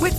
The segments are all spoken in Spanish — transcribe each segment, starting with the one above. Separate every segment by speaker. Speaker 1: With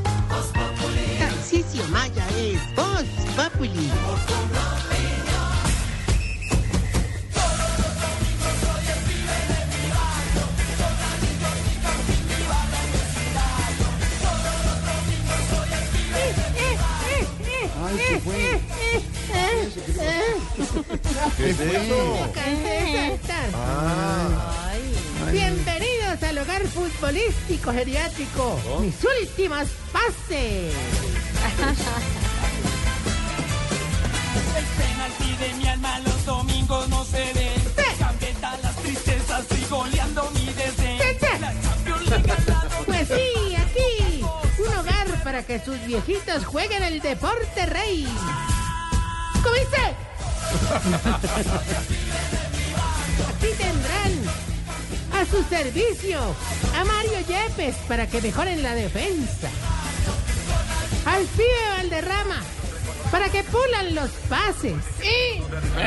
Speaker 2: Tarcisio Maya es Voz Populi. Bienvenidos al hogar futbolístico geriátrico. Mis últimas pases.
Speaker 3: El penalti de mi alma los domingos no se ven. Gambeta las tristezas y goleando mi desdén. La Champions League al lado
Speaker 2: Pues sí, aquí. Un hogar para que sus viejitos jueguen el deporte rey. ¿Cómo dice? Aquí tendrán a su servicio a Mario Yepes para que mejoren la defensa. Al Fío Valderrama para que pulan los pases. Y,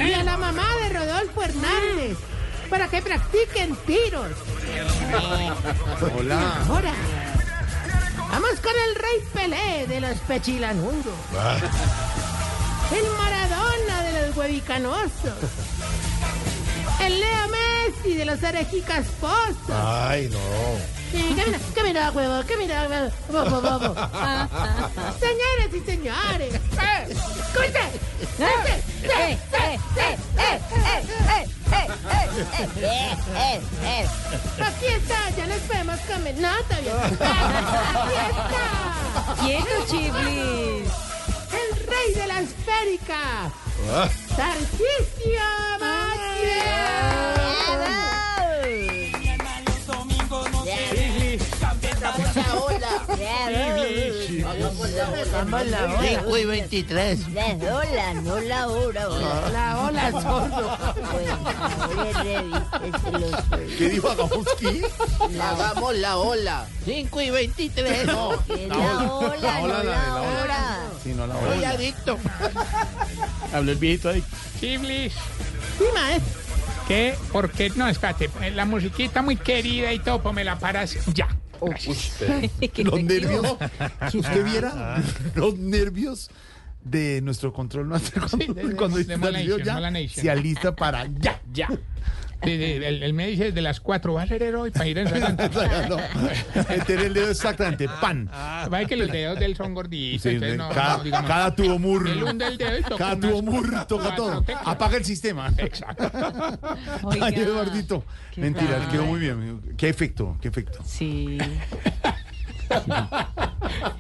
Speaker 2: y a la mamá de Rodolfo Hernández para que practiquen tiros. Ahora, vamos con el rey Pelé de los pechilanudos. El Maradona de los huevicanosos. El Leo Messi de los arejicas pozos.
Speaker 4: Ay, no.
Speaker 2: Sí, ¿Qué mira, qué mira, huevo? ¿Qué mira, huevo? Bobo, bobo. Señores y señores. ¡Escuche! ¡Eh, eh, eh, eh, eh, eh, eh, eh! Aquí está, ya nos podemos comer. No, todavía no. Aquí está.
Speaker 5: Quieto, Chiblis.
Speaker 2: El rey de la esférica. Tarcisio Maya.
Speaker 3: de mi alma los domingos no se ven. Gambeta
Speaker 4: Cinco y 23.
Speaker 6: Hola, no la hora. hola.
Speaker 2: La ola sordo.
Speaker 6: Oye, revístese los
Speaker 4: ¿Qué dijo Agamuski?
Speaker 7: Hagamos la ola.
Speaker 4: 5 y 23.
Speaker 6: pies. La ola, no
Speaker 4: la de la
Speaker 6: la hora.
Speaker 4: Sí, no la Soy adicto. Habló el viejito ahí.
Speaker 8: Chiblis,
Speaker 2: Sí, maestro.
Speaker 8: ¿qué? ¿Por qué? No, espérate, eh, la musiquita muy querida y todo, pues me la paras ya. Gracias.
Speaker 4: Los nervios. Si usted viera los nervios de nuestro control no hace cuando,
Speaker 8: de- de-
Speaker 4: cuando
Speaker 8: de
Speaker 4: dice
Speaker 8: Mola
Speaker 4: salió
Speaker 8: Nation, Mola
Speaker 4: ya
Speaker 8: Nation.
Speaker 4: se alista para ya.
Speaker 8: Ya. De- de- él, él me dice desde las 4, va a ser héroe para ir ensayando.
Speaker 4: No, meter el dedo exactamente, pan.
Speaker 8: Va a ah. que los dedos de él son gorditos.
Speaker 4: Sí,
Speaker 8: entonces no,
Speaker 4: cada,
Speaker 8: no, digamos,
Speaker 4: cada tubo murro.
Speaker 8: Él hunde el dedo y toca
Speaker 4: Cada
Speaker 8: unas
Speaker 4: tubo murro toca
Speaker 8: cuatro
Speaker 4: todo.
Speaker 8: teclas.
Speaker 4: Apaga el sistema.
Speaker 8: Exacto.
Speaker 4: Ay, Eduardito. Mentira, quedó muy bien. Qué efecto, qué efecto.
Speaker 5: Sí.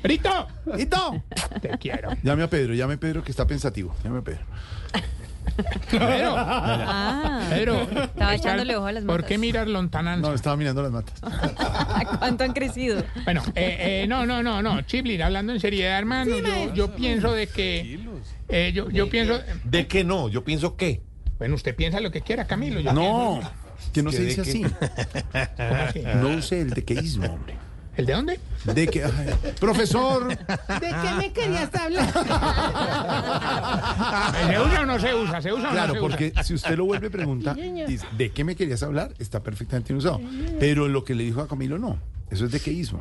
Speaker 8: ¡Brito!
Speaker 4: Y todo.
Speaker 8: Te quiero.
Speaker 4: Llame a Pedro, llame a Pedro que está pensativo. Llame a Pedro.
Speaker 8: Pedro.
Speaker 5: Ah,
Speaker 8: Pedro.
Speaker 5: Estaba echándole ojo a las
Speaker 8: ¿Por
Speaker 5: matas.
Speaker 8: qué mirar lontananza?
Speaker 4: No, estaba mirando las matas.
Speaker 5: ¿Cuánto han crecido?
Speaker 8: Bueno, eh, eh, no, no, no, no, Chiblin, hablando en seriedad, hermano, yo, yo pienso de que... eh, yo, yo pienso...
Speaker 9: ¿De qué no? Yo pienso que.
Speaker 8: Bueno, usted piensa lo que quiera, Camilo. yo
Speaker 4: No, que no se
Speaker 9: ¿Qué, de
Speaker 4: dice así.
Speaker 8: pienso- ¿Cómo así?
Speaker 4: No use el dequeísmo, hombre.
Speaker 8: ¿El de dónde?
Speaker 4: De que, ay, profesor.
Speaker 2: ¿De qué me querías hablar?
Speaker 8: ¿Se usa o no se usa? ¿Se usa o no
Speaker 4: Claro,
Speaker 8: se
Speaker 4: porque
Speaker 8: usa?
Speaker 4: si usted lo vuelve a preguntar, dice, ¿de qué me querías hablar? Está perfectamente usado. Pero lo que le dijo a Camilo, no. Eso es dequeísmo.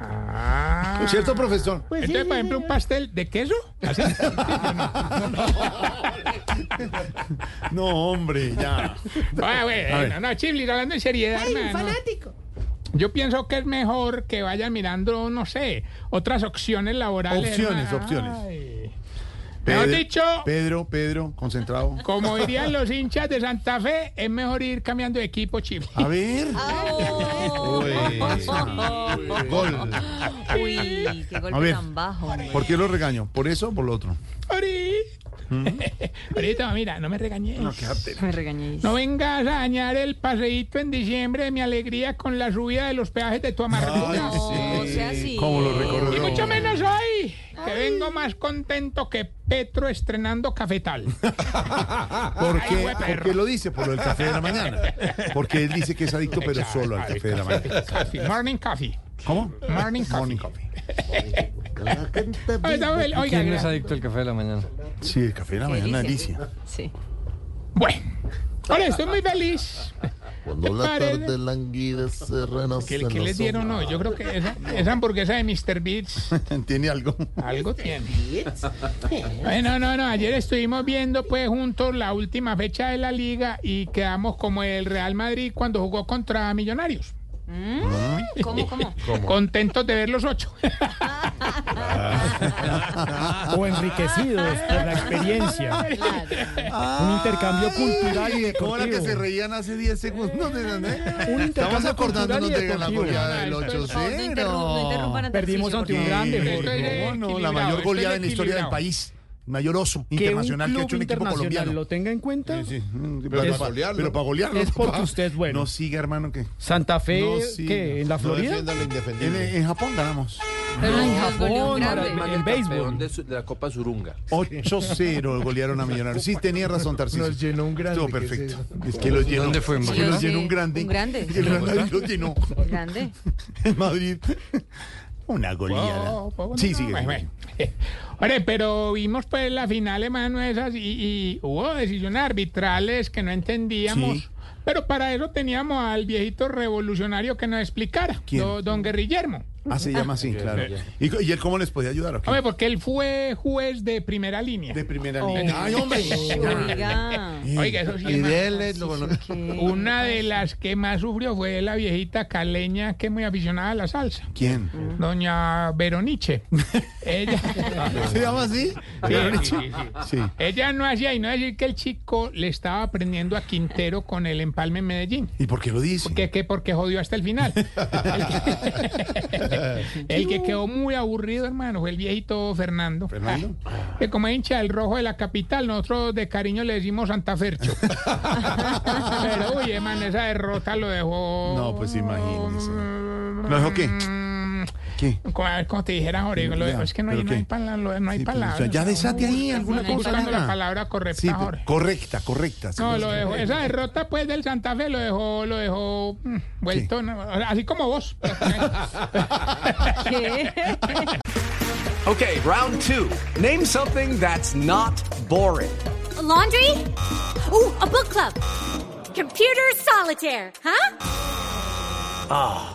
Speaker 8: Ah.
Speaker 4: ¿Cierto, profesor?
Speaker 8: Entonces, por ejemplo, un pastel de queso. Así.
Speaker 4: No, hombre, ya.
Speaker 8: Ah, bueno,
Speaker 4: ver.
Speaker 8: no, Chiblin, hablando en seriedad,
Speaker 2: ¡Ay, un
Speaker 8: hermano.
Speaker 2: fanático!
Speaker 8: Yo pienso que es mejor que vayan mirando, no sé, otras opciones laborales.
Speaker 4: Opciones,
Speaker 8: hermano.
Speaker 4: opciones.
Speaker 8: Ay. Mejor dicho,
Speaker 4: Pedro, Pedro, concentrado.
Speaker 8: como dirían los hinchas de Santa Fe, es mejor ir cambiando de equipo, Chiblin.
Speaker 4: A ver. Gol.
Speaker 5: Uy, qué golpe
Speaker 4: A ver.
Speaker 5: tan bajo. hombre.
Speaker 4: ¿Por qué lo regaño? ¿Por eso o por lo otro?
Speaker 8: Ori. Ahorita, mira, no me regañes.
Speaker 4: Mm. No, quédate.
Speaker 8: me regañes. No vengas a dañar el paseíto en diciembre de mi alegría con la subida de los peajes de tu amargura.
Speaker 4: No, sea así. ¿Cómo lo recordó?
Speaker 8: Y mucho menos hoy, que vengo más contento que Petro estrenando Cafetal.
Speaker 4: ¿Por
Speaker 8: Ay,
Speaker 4: qué,
Speaker 8: güey,
Speaker 4: por
Speaker 8: perro.
Speaker 4: qué lo dice? Por lo del café de la mañana. Porque él dice que es adicto, pero solo al café de la mañana.
Speaker 8: Coffee, Morning coffee.
Speaker 4: ¿Cómo?
Speaker 8: Morning coffee. Oiga, oiga,
Speaker 10: ¿Quién es
Speaker 8: oiga.
Speaker 10: adicto al café de la mañana?
Speaker 4: Sí, el café de la mañana, Alicia.
Speaker 10: Sí.
Speaker 8: Bueno, ahora estoy muy feliz.
Speaker 11: Cuando la
Speaker 8: Paren.
Speaker 11: tarde languidece renace
Speaker 8: ¿Qué, qué les dieron hoy? Yo creo que esa, esa hamburguesa de Mr. Beats
Speaker 4: ¿Tiene algo?
Speaker 8: algo tiene. Bueno, no, no, ayer estuvimos viendo pues juntos la última fecha de la liga y quedamos como el Real Madrid cuando jugó contra Millonarios.
Speaker 2: Mm, ¿Cómo, cómo?
Speaker 8: Contentos de ver los ocho.
Speaker 12: o enriquecidos por la experiencia. Un intercambio cultural y
Speaker 4: ¿Cómo era que se
Speaker 12: deportivo.
Speaker 4: reían hace 10 segundos?
Speaker 12: Un
Speaker 4: Estamos
Speaker 12: intercambio
Speaker 4: acordándonos
Speaker 12: cultural y
Speaker 4: de la
Speaker 12: deportivo.
Speaker 4: goleada del 8-0.
Speaker 12: Perdimos ante un grande. Jorge.
Speaker 4: No, no, la mayor goleada en la historia del país. Mayor oso internacional
Speaker 12: un
Speaker 4: que
Speaker 12: club
Speaker 4: ha hecho un equipo
Speaker 12: internacional
Speaker 4: colombiano.
Speaker 12: lo tenga en cuenta.
Speaker 4: Pero
Speaker 12: es-
Speaker 4: para golearlo. Pero para golearlo,
Speaker 12: Es porque
Speaker 4: papá.
Speaker 12: usted es bueno.
Speaker 4: No siga, hermano, que.
Speaker 12: Santa Fe, ¿qué? ¿En la Florida?
Speaker 4: En, en Japón ganamos.
Speaker 12: Ay, Japón,
Speaker 13: en
Speaker 4: béisbol.
Speaker 13: De, su- de la Copa Zurunga.
Speaker 4: 8-0 golearon a Millonarios. Sí, tenía razón, Tarcísio. Nos llenó un grande. Estuvo perfecto. Es, que los llenó.
Speaker 10: ¿Dónde fue, en
Speaker 4: Es que
Speaker 10: Bogotá?
Speaker 4: los llenó un grande.
Speaker 10: Un grande.
Speaker 4: Es que el Real Madrid los llenó.
Speaker 10: Grande.
Speaker 4: En Madrid. Una goleada.
Speaker 8: Oh, oh,
Speaker 4: Sí,
Speaker 8: no,
Speaker 4: sigue.
Speaker 8: bueno, bueno. Oye, pero vimos pues la final, hermano, esas y, y hubo decisiones arbitrales que no entendíamos.
Speaker 4: Sí.
Speaker 8: Pero para eso teníamos al viejito revolucionario que nos explicara,
Speaker 4: ¿Quién?
Speaker 8: do- don Guerrillermo.
Speaker 4: Ah, se llama así, claro. ¿Y, y él cómo les podía ayudar? o qué?
Speaker 8: Hombre, porque él fue juez de primera línea. De
Speaker 4: primera línea. Ay, hombre.
Speaker 8: Oiga, Oiga, eso sí.
Speaker 4: Y
Speaker 8: hermano.
Speaker 4: dele, lo-
Speaker 8: Una de las que más sufrió fue la viejita caleña que es muy aficionada a la salsa.
Speaker 4: ¿Quién?
Speaker 8: Doña Veroniche. Ella.
Speaker 4: ¿Se llama así?
Speaker 8: sí, sí, sí.
Speaker 4: Sí.
Speaker 8: Ella no hacía y no decir que el chico le estaba aprendiendo a Quintero con el empalme en Medellín.
Speaker 4: ¿Y por qué lo dice?
Speaker 8: Porque, que porque jodió hasta el final. El que, el que quedó muy aburrido, hermano, fue el viejito Fernando.
Speaker 4: ¿Fernando?
Speaker 8: Que como es hincha del rojo de la capital, nosotros de cariño le decimos Santa Fercho. Pero uy, hermano, esa derrota lo dejó.
Speaker 4: No, pues imagínense. ¿Lo dejó qué? ¿Qué?
Speaker 8: mm, Como, como te dijera Jorge, lo dejó. Es que no hay,
Speaker 4: ¿Pero
Speaker 8: no hay
Speaker 4: qué?
Speaker 8: pala- lo- no hay
Speaker 4: Sí, pues,
Speaker 8: palabras.
Speaker 4: o sea, ya desate ahí alguna
Speaker 8: Estoy
Speaker 4: cosa,
Speaker 8: buscando
Speaker 4: nada.
Speaker 8: la palabra correcta,
Speaker 4: Sí, pues,
Speaker 8: Jorge.
Speaker 4: correcta, correcta. sí. pues. Eh,
Speaker 8: No, lo dejó. Esa derrota pues del Santa Fe lo dejó, lo dejó mm, vuelto, ¿no? así como vos.
Speaker 14: Okay, round two. Name something that's not boring.
Speaker 15: laundry? Ooh, a book club. Computer solitaire, huh?
Speaker 14: Ah,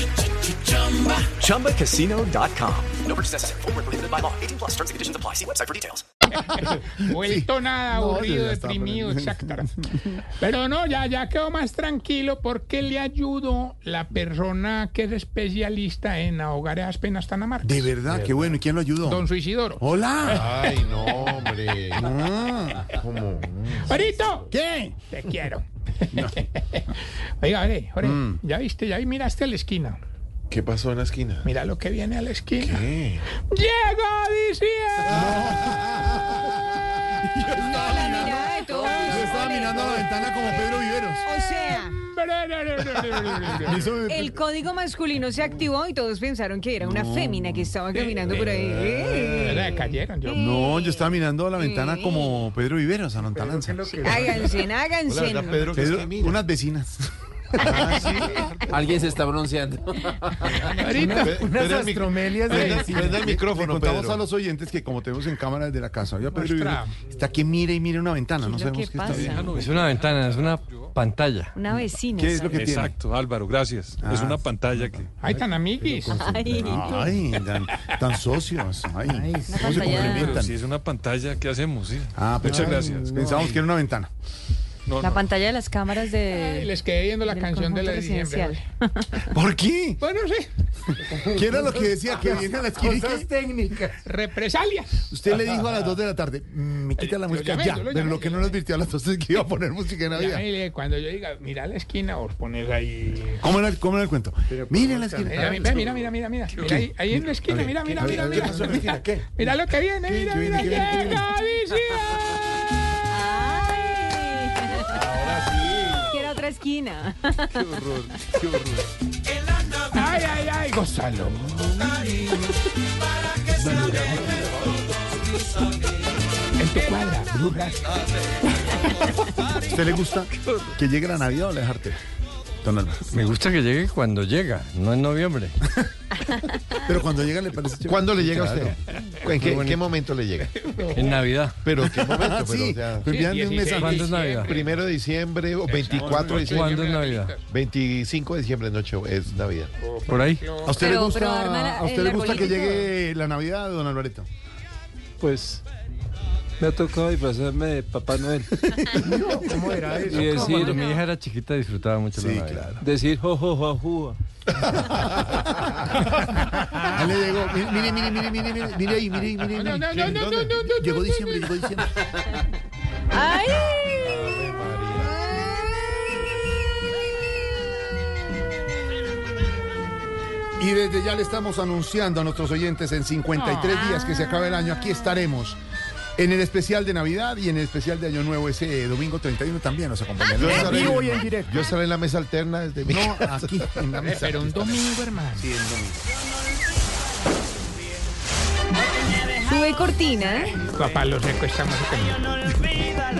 Speaker 14: ChumbaCasino.com. No purchase necessary, Void where prohibited by law, 18 plus terms and conditions apply. See website for details.
Speaker 8: Vuelto nada,
Speaker 14: No,
Speaker 8: aburrido,
Speaker 14: ya está,
Speaker 8: deprimido,
Speaker 14: pero-
Speaker 8: exacto. Pero no, ya, ya quedó más tranquilo porque le ayudó la persona que es especialista en ahogar esas penas tan amargas.
Speaker 4: De verdad, qué bueno. ¿Y quién lo ayudó?
Speaker 8: Don Suicidoro.
Speaker 4: Hola. Ah.
Speaker 8: Ay,
Speaker 4: no, hombre. ¿Cómo?
Speaker 14: Oh.
Speaker 8: ¡Parito!
Speaker 4: ¿Qué?
Speaker 8: Te quiero. Oiga, oye, Jorge,
Speaker 14: Mm.
Speaker 8: ya viste, ya miraste a la esquina.
Speaker 9: ¿Qué pasó en la esquina?
Speaker 8: Mira lo que viene a la esquina.
Speaker 9: ¿Qué?
Speaker 8: ¡Llega diciembre!
Speaker 4: Yo estaba mirando a la ventana como Pedro Viveros.
Speaker 16: O sea, el código masculino se activó y todos pensaron que era una fémina que estaba caminando por ahí.
Speaker 8: Era, cayeron, Eh, yo.
Speaker 4: Eh, No, yo estaba mirando a la ventana como Pedro Viveros, a lontananza.
Speaker 16: Háganse, háganse.
Speaker 4: Pedro, unas vecinas.
Speaker 13: Alguien se está bronceando.
Speaker 4: Ahorita.
Speaker 13: Unas
Speaker 4: astromelias
Speaker 13: de vecinas.
Speaker 4: el
Speaker 13: Le
Speaker 4: micrófono, contamos
Speaker 13: contamos
Speaker 4: a
Speaker 13: a
Speaker 4: los oyentes que como tenemos en cámara desde la casa, ya Pedro
Speaker 10: Nuestra-
Speaker 4: Viveros está que mire y mire una ventana, no
Speaker 10: es lo
Speaker 4: sabemos
Speaker 10: que
Speaker 4: qué está
Speaker 10: pasa?
Speaker 4: viendo.
Speaker 10: Es una ventana, es una pantalla.
Speaker 16: Ah, Una vecina.
Speaker 17: Exacto, Álvaro, gracias. es una pantalla que.
Speaker 8: Ay, tan amiguis.
Speaker 16: Ay.
Speaker 4: Ay, tan, tan socios. Ay, ¿cómo se
Speaker 17: Pero
Speaker 4: complementan?
Speaker 17: si es una pantalla, ¿qué hacemos? Sí.
Speaker 4: Ah, pero-
Speaker 17: Muchas gracias.
Speaker 4: Pensamos que era una ventana.
Speaker 17: No,
Speaker 16: la
Speaker 17: no.
Speaker 16: pantalla de las cámaras de.
Speaker 8: Ay, les quedé Eh, viendo la
Speaker 16: del
Speaker 8: canción de la
Speaker 16: conjunto
Speaker 8: de diciembre.
Speaker 16: presidencial.
Speaker 4: ¿Por qué?
Speaker 8: Bueno, sí.
Speaker 4: ¿Qué era lo que decía? Que viene a la esquina. y que-
Speaker 8: técnicas. Represalias.
Speaker 4: Usted le dijo a las 2 de la tarde, "Mm, me quita la
Speaker 8: Lo
Speaker 4: música
Speaker 8: llamé,
Speaker 4: ya,
Speaker 8: yo lo
Speaker 4: pero
Speaker 8: llamé,
Speaker 4: lo que no nos advirtió a las 12 es que iba a poner música en
Speaker 8: Ya,
Speaker 4: Navidad.
Speaker 8: y le- Cuando yo diga, mira la esquina, os pones ahí.
Speaker 4: ¿Cómo era, el- ¿Cómo era el cuento? Mira la esquina.
Speaker 8: Mira, mira, mira, mira, mira, mira. Mira ahí, ahí en la esquina, mira, mira, mira, mira.
Speaker 4: mira. ¿Qué?
Speaker 8: Mira lo que viene, mira, mira,
Speaker 4: ¿Qué viene? ¿Qué
Speaker 8: llega,
Speaker 16: Que era otra esquina.
Speaker 8: Ay, ay, ay, Gonzalo. En tu cuadra, brujas.
Speaker 4: ¿Usted le gusta que llegue la Navidad o la dejarte? Don Álvaro.
Speaker 10: Me gusta que llegue cuando llega, no en noviembre.
Speaker 4: Pero cuando llega le parece chévere.
Speaker 9: ¿Cuándo le llega
Speaker 10: Claro.
Speaker 9: a usted? ¿En qué,
Speaker 10: bonito.
Speaker 9: qué momento le llega?
Speaker 10: En Navidad.
Speaker 9: Pero qué momento,
Speaker 10: Ah,
Speaker 9: pero,
Speaker 10: sí.
Speaker 9: o sea,
Speaker 10: Pues ya de un mes antes. ¿Cuándo es Navidad?
Speaker 9: Primero de diciembre o 24 de diciembre.
Speaker 10: ¿Cuándo es Navidad?
Speaker 9: 25 de diciembre noche es Navidad.
Speaker 10: Por ahí.
Speaker 4: ¿A usted
Speaker 16: Pero-
Speaker 4: le gusta,
Speaker 16: pero arma la-
Speaker 4: ¿a usted
Speaker 16: el
Speaker 4: le gusta que
Speaker 16: arbolito.
Speaker 4: llegue la Navidad, don Alvarito?
Speaker 18: Pues me ha tocado disfrazarme de Papá Noel.
Speaker 4: ¿Cómo era
Speaker 18: Y
Speaker 10: Cuando
Speaker 18: decir,
Speaker 10: mi hija era chiquita disfrutaba mucho la
Speaker 18: Sí,
Speaker 10: Navidad.
Speaker 18: decir jo, jo, jo, jua.
Speaker 4: Ahí Ah, le llegó. Mire, mire, mire, mire, mire, mire, mire ahí, mire ahí, mire ahí.
Speaker 8: No, no, no, no,
Speaker 4: ¿Dónde?
Speaker 8: no, no, no,
Speaker 4: Llegó
Speaker 8: no,
Speaker 4: diciembre, llegó diciembre.
Speaker 16: ¡Ay!
Speaker 4: Y desde ya le estamos anunciando a nuestros oyentes en 53 días que se acaba el año, aquí estaremos. En el especial de Navidad y en el especial de Año Nuevo, ese eh, domingo 31 también nos acompañan.
Speaker 9: Yo
Speaker 4: En
Speaker 9: estaré-
Speaker 4: vivo y en directo.
Speaker 9: Yo estaré en la mesa alterna desde mi
Speaker 4: No, aquí, en la mesa.
Speaker 8: Pero un domingo, hermano.
Speaker 16: Tuve
Speaker 5: ¿eh?
Speaker 16: cortina.
Speaker 8: Papá, lo seco esta música.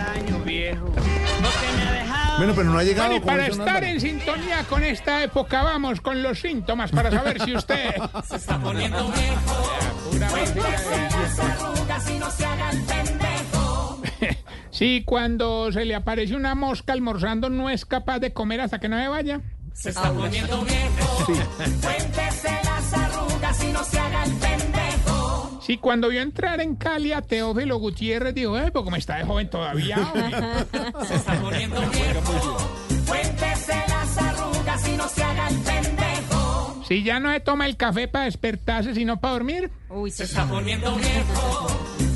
Speaker 4: Bueno, pero no ha llegado.
Speaker 8: Bueno, y
Speaker 4: como
Speaker 8: para
Speaker 4: dice don
Speaker 8: estar
Speaker 4: Álvaro.
Speaker 8: en sintonía con esta época, vamos con los síntomas para saber si usted.
Speaker 3: Se está poniendo viejo.
Speaker 8: Si cuando se le aparece una mosca almorzando no es capaz de comer hasta que no se vaya.
Speaker 3: Se está poniendo viejo. Cuéntese las arrugas y no se haga el pendejo.
Speaker 8: Si cuando vio entrar en Cali a Teófilo Gutiérrez dijo, eh, pues como está de joven todavía. hombre".
Speaker 3: Se está poniendo viejo. Cuéntese las arrugas y no se haga el pendejo.
Speaker 8: si ya no se toma el café para despertarse, sino para dormir.
Speaker 3: Uy, se está poniendo viejo.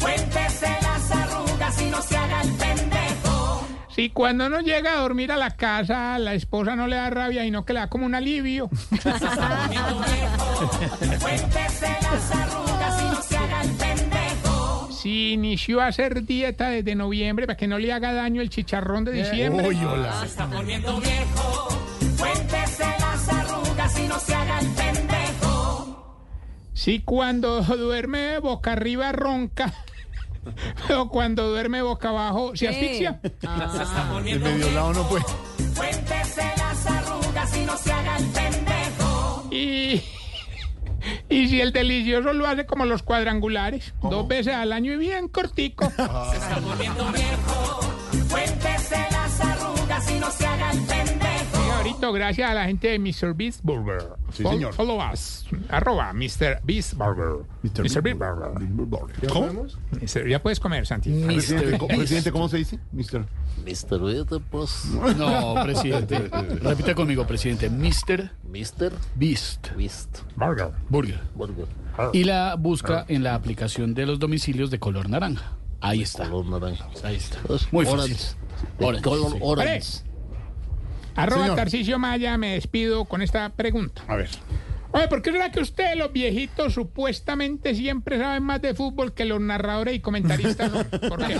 Speaker 3: Cuéntese las arrugas y no se haga el pendejo.
Speaker 8: Si cuando no llega a dormir a la casa, la esposa no le da rabia, y no que le da como un alivio.
Speaker 3: Cuéntese las arrugas y no se haga el pendejo.
Speaker 8: Si inició a hacer dieta desde noviembre para que no le haga daño el chicharrón de diciembre.
Speaker 4: Uy, hola.
Speaker 3: Se está poniendo viejo. Cuéntese las arrugas y no se haga el pendejo.
Speaker 8: Si cuando duerme boca arriba ronca. O cuando duerme boca abajo se asfixia.
Speaker 3: Se está
Speaker 4: El
Speaker 3: poniendo
Speaker 4: medio lado no fue.
Speaker 3: Cuéntese las arrugas y no se haga el pendejo.
Speaker 8: Y, y si el delicioso lo hace como los cuadrangulares, dos veces al año y bien cortico.
Speaker 4: Ah.
Speaker 3: Se está poniendo viejo. Cuéntese las arrugas y no se haga el pendejo.
Speaker 8: Ahorita, gracias a la gente de Mr. Beast Burger.
Speaker 4: Sí,
Speaker 8: Fol-
Speaker 4: señor.
Speaker 8: Follow us. Arroba Mr. Beast Burger. Mr. Beast Burger.
Speaker 4: ¿Cómo?
Speaker 8: Ese- Ya puedes comer, Santi.
Speaker 4: Presidente, co- presidente, ¿cómo se dice? Mister.
Speaker 11: Mr. Oedipus.
Speaker 19: No, presidente. Repita conmigo, presidente. Mr.
Speaker 11: Mr.
Speaker 19: Beast
Speaker 11: Beast.
Speaker 8: Burger. Ah.
Speaker 19: Burger.
Speaker 11: Burger.
Speaker 19: Y la busca en la aplicación de los domicilios de color naranja. Ahí está.
Speaker 11: Color naranja.
Speaker 19: Ahí está. Muy fácil.
Speaker 11: Orange.
Speaker 19: Orange,
Speaker 11: Color
Speaker 19: sí.
Speaker 11: orange.
Speaker 8: Arroba
Speaker 19: Señor.
Speaker 8: Tarcisio Maya, me despido con esta pregunta.
Speaker 4: A ver.
Speaker 8: Oye, ¿por qué será que ustedes, los viejitos, supuestamente siempre saben más de fútbol que los narradores y comentaristas? ¿Por qué?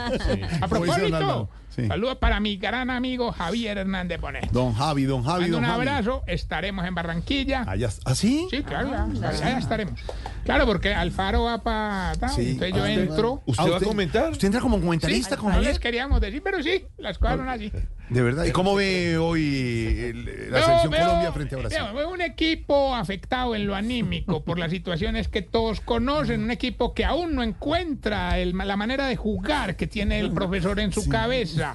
Speaker 8: A
Speaker 4: Como dice don
Speaker 8: propósito,
Speaker 4: Álvaro, sí.
Speaker 8: saludos para mi gran amigo Javier Hernández Bonet.
Speaker 4: Don Javi, don Javi,
Speaker 8: Mando
Speaker 4: don
Speaker 8: un
Speaker 4: Javi.
Speaker 8: abrazo, estaremos en Barranquilla.
Speaker 4: Allá, ¿Ah, sí?
Speaker 8: Sí, claro, ya, ya- ya estaremos. Claro, porque Alfaro va para...
Speaker 4: Sí.
Speaker 8: Entonces yo entro...
Speaker 4: Ah, ¿Usted entra como comentarista
Speaker 8: Sí,
Speaker 4: con
Speaker 8: no les
Speaker 4: Javier?
Speaker 8: queríamos decir, pero sí, las cosas son así.
Speaker 4: De verdad. ¿Y cómo ve hoy el- la
Speaker 8: Veo-
Speaker 4: selección
Speaker 8: veo-
Speaker 4: Colombia frente a Brasil?
Speaker 8: veo- veo un equipo afectado en lo anímico por las situaciones que todos conocen, un equipo que aún no encuentra el- la manera de jugar que tiene el profesor en su cabeza,